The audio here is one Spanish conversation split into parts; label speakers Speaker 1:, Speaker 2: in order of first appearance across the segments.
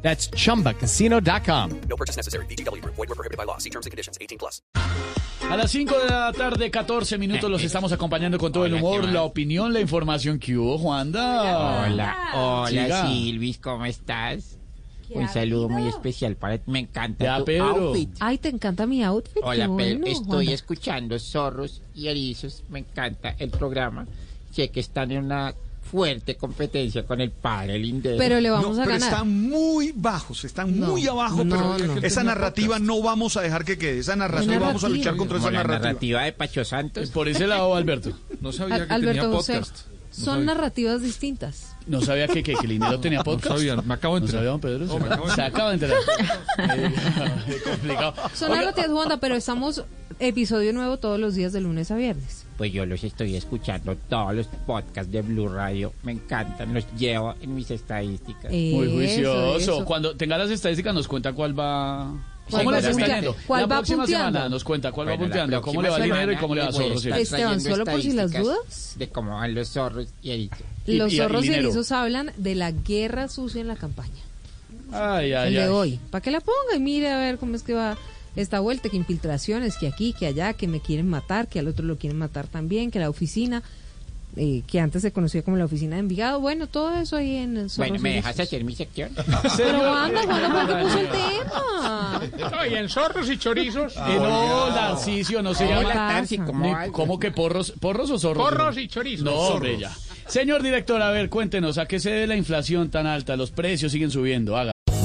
Speaker 1: That's chumbacasino.com.
Speaker 2: No purchase necessary. BGW. Void were prohibited by law. See terms and conditions. 18 plus.
Speaker 3: A las 5 de la tarde, 14 minutos, los estamos acompañando con todo el
Speaker 4: Hola, ¿qué
Speaker 3: humor,
Speaker 4: más?
Speaker 3: la opinión, la información que hubo, Juanda.
Speaker 4: Hola, hola
Speaker 3: Siga.
Speaker 4: Silvis, ¿cómo estás? Un
Speaker 5: ha
Speaker 4: saludo
Speaker 5: habido?
Speaker 4: muy especial para ti. Me encanta
Speaker 3: Ya,
Speaker 4: tu
Speaker 3: Pedro.
Speaker 4: outfit.
Speaker 5: Ay, te encanta mi outfit.
Speaker 4: Hola,
Speaker 5: qué
Speaker 4: Pedro.
Speaker 5: bueno,
Speaker 4: Estoy
Speaker 5: Juanda.
Speaker 4: escuchando zorros y erizos. Me encanta el programa. Sé que están en una fuerte competencia con el padre lindero.
Speaker 5: Pero le vamos
Speaker 6: No,
Speaker 5: a
Speaker 6: pero
Speaker 5: ganar.
Speaker 6: están muy bajos, están muy abajo,
Speaker 5: no,
Speaker 6: pero
Speaker 5: no.
Speaker 6: esa narrativa no vamos a dejar que quede. Esa narrativa,
Speaker 5: Una
Speaker 6: vamos a luchar
Speaker 5: narrativa.
Speaker 6: contra
Speaker 4: Como
Speaker 6: esa
Speaker 4: la
Speaker 6: narrativa.
Speaker 4: narrativa de Pacho Santos.
Speaker 3: Por ese lado, Alberto.
Speaker 7: No sabía
Speaker 5: Al-
Speaker 7: que
Speaker 5: Alberto
Speaker 7: tenía
Speaker 5: José,
Speaker 7: podcast. No
Speaker 5: son
Speaker 7: sabía.
Speaker 5: narrativas distintas.
Speaker 3: No sabía que, que, que Linero tenía podcast.
Speaker 7: sabía, me acabo de
Speaker 3: No
Speaker 7: enterar.
Speaker 3: sabía, don Pedro.
Speaker 4: Oh,
Speaker 7: No, me acabo de
Speaker 3: se acaba de enterar. Eh, complicado.
Speaker 5: Son narrativas, Juanda, pero estamos episodio nuevo todos los días de lunes a viernes.
Speaker 4: Pues yo los estoy escuchando todos los podcasts de Blue Radio. Me encantan, los llevo en mis estadísticas.
Speaker 3: Muy
Speaker 5: Eso,
Speaker 3: juicioso.
Speaker 5: eso.
Speaker 3: Cuando tenga las estadísticas, nos cuenta cuál va.
Speaker 5: ¿Cuál
Speaker 3: ¿Cómo
Speaker 4: va
Speaker 3: les está
Speaker 4: punteando?
Speaker 3: yendo?
Speaker 5: ¿Cuál
Speaker 3: la
Speaker 5: va
Speaker 3: próxima
Speaker 5: punteando?
Speaker 3: semana nos cuenta cuál va
Speaker 4: Bueno, la
Speaker 3: punteando, cómo
Speaker 4: próxima
Speaker 3: le va el
Speaker 4: semana
Speaker 3: dinero y cómo le va a
Speaker 4: le voy a
Speaker 3: zorros. y
Speaker 4: estar
Speaker 3: erizos.
Speaker 5: Esteban,
Speaker 4: trayendo
Speaker 5: ¿solo por si las
Speaker 4: estadísticas
Speaker 5: dudas?
Speaker 4: De cómo van los zorros y erizos.
Speaker 3: Y-
Speaker 5: Los
Speaker 3: y- y
Speaker 5: zorros y,
Speaker 3: dinero.
Speaker 5: erizos hablan de la guerra sucia en la campaña.
Speaker 3: Ay, ay,
Speaker 5: el de
Speaker 3: ay.
Speaker 5: hoy. Para que la ponga y mire a ver cómo es que va esta vuelta, que infiltraciones, que aquí, que allá, que me quieren matar, que al otro lo quieren matar también, que la oficina, eh, que antes se conocía como la oficina de Envigado. Bueno, todo eso ahí en Zorros
Speaker 4: Bueno, ¿me
Speaker 5: y Erizos.
Speaker 4: dejas hacer mi sección?
Speaker 5: Pero anda, Juanda, ¿por qué puso el tema?
Speaker 8: Estoy en zorros y chorizos,
Speaker 3: Eh, no, Narciso, no se
Speaker 5: Hola,
Speaker 3: llama.
Speaker 4: Tarsi,
Speaker 5: pasa?
Speaker 4: ¿cómo
Speaker 3: Ni-
Speaker 4: vas?
Speaker 3: ¿Cómo que porros, porros o zorros?
Speaker 8: porros y chorizos.
Speaker 3: No, hombre, ya. Señor director, a ver, cuéntenos, ¿a qué se debe la inflación tan alta? Los precios siguen subiendo, haga.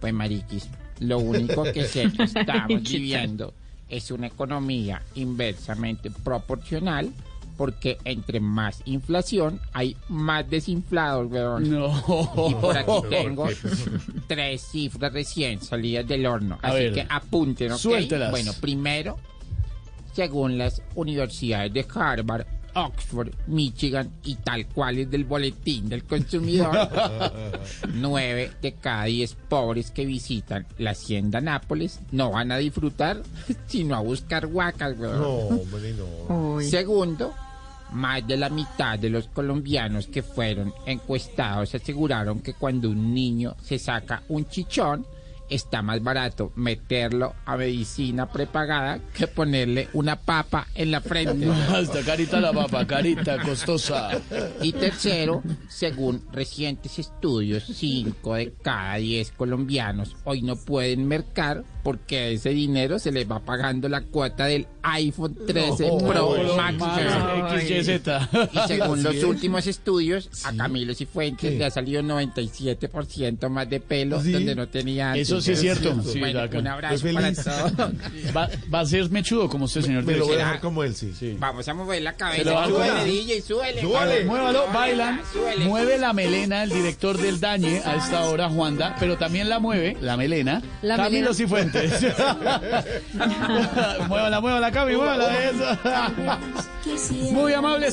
Speaker 4: Pues mariquis, lo único que sé que estamos viviendo es una economía inversamente proporcional porque entre más inflación hay más desinflados, weón. Y por aquí
Speaker 3: No.
Speaker 4: tengo tres cifras recién salidas del horno.
Speaker 3: A
Speaker 4: Así
Speaker 3: ver,
Speaker 4: que apunten, ¿ok?
Speaker 3: suéltelas.
Speaker 4: Bueno, primero, según las universidades de Harvard, Oxford, Michigan y tal cual es del boletín del consumidor, nueve de cada diez pobres que visitan la hacienda Nápoles no van a disfrutar, sino a buscar huacas, weón. Segundo, más de la mitad de los colombianos que fueron encuestados aseguraron que cuando un niño se saca un chichón, está más barato meterlo a medicina prepagada que ponerle una papa en la frente.
Speaker 3: Hasta carita la papa, carita costosa.
Speaker 4: Y tercero, según recientes estudios, 5 de cada 10 colombianos hoy no pueden mercar porque ese dinero se les va pagando la cuota del iPhone 13
Speaker 3: Oh,
Speaker 4: Pro Max.
Speaker 3: XYZ.
Speaker 4: Y según los últimos estudios, a Camilo Cifuentes le ha salido 97% más de pelo donde no tenía antes.
Speaker 3: Eso sí es cierto. Sí,
Speaker 4: Bueno,
Speaker 3: Daca.
Speaker 4: un abrazo para todos.
Speaker 3: Va, va a ser mechudo como usted, señor director.
Speaker 7: como él, sí.
Speaker 4: Vamos a mover la
Speaker 3: lo
Speaker 4: cabeza.
Speaker 3: hago.
Speaker 4: Súbele, DJ, súbele.
Speaker 3: Muévalo,
Speaker 4: Súbele,
Speaker 3: bailan,
Speaker 4: súbele.
Speaker 3: mueve la melena el director del Dañe a esta hora, Juanda, pero también la mueve, la melena,
Speaker 5: La
Speaker 3: Camilo
Speaker 5: melena.
Speaker 3: Cifuentes. muévala, muévala, Cami, muévala. eso. Muy amable.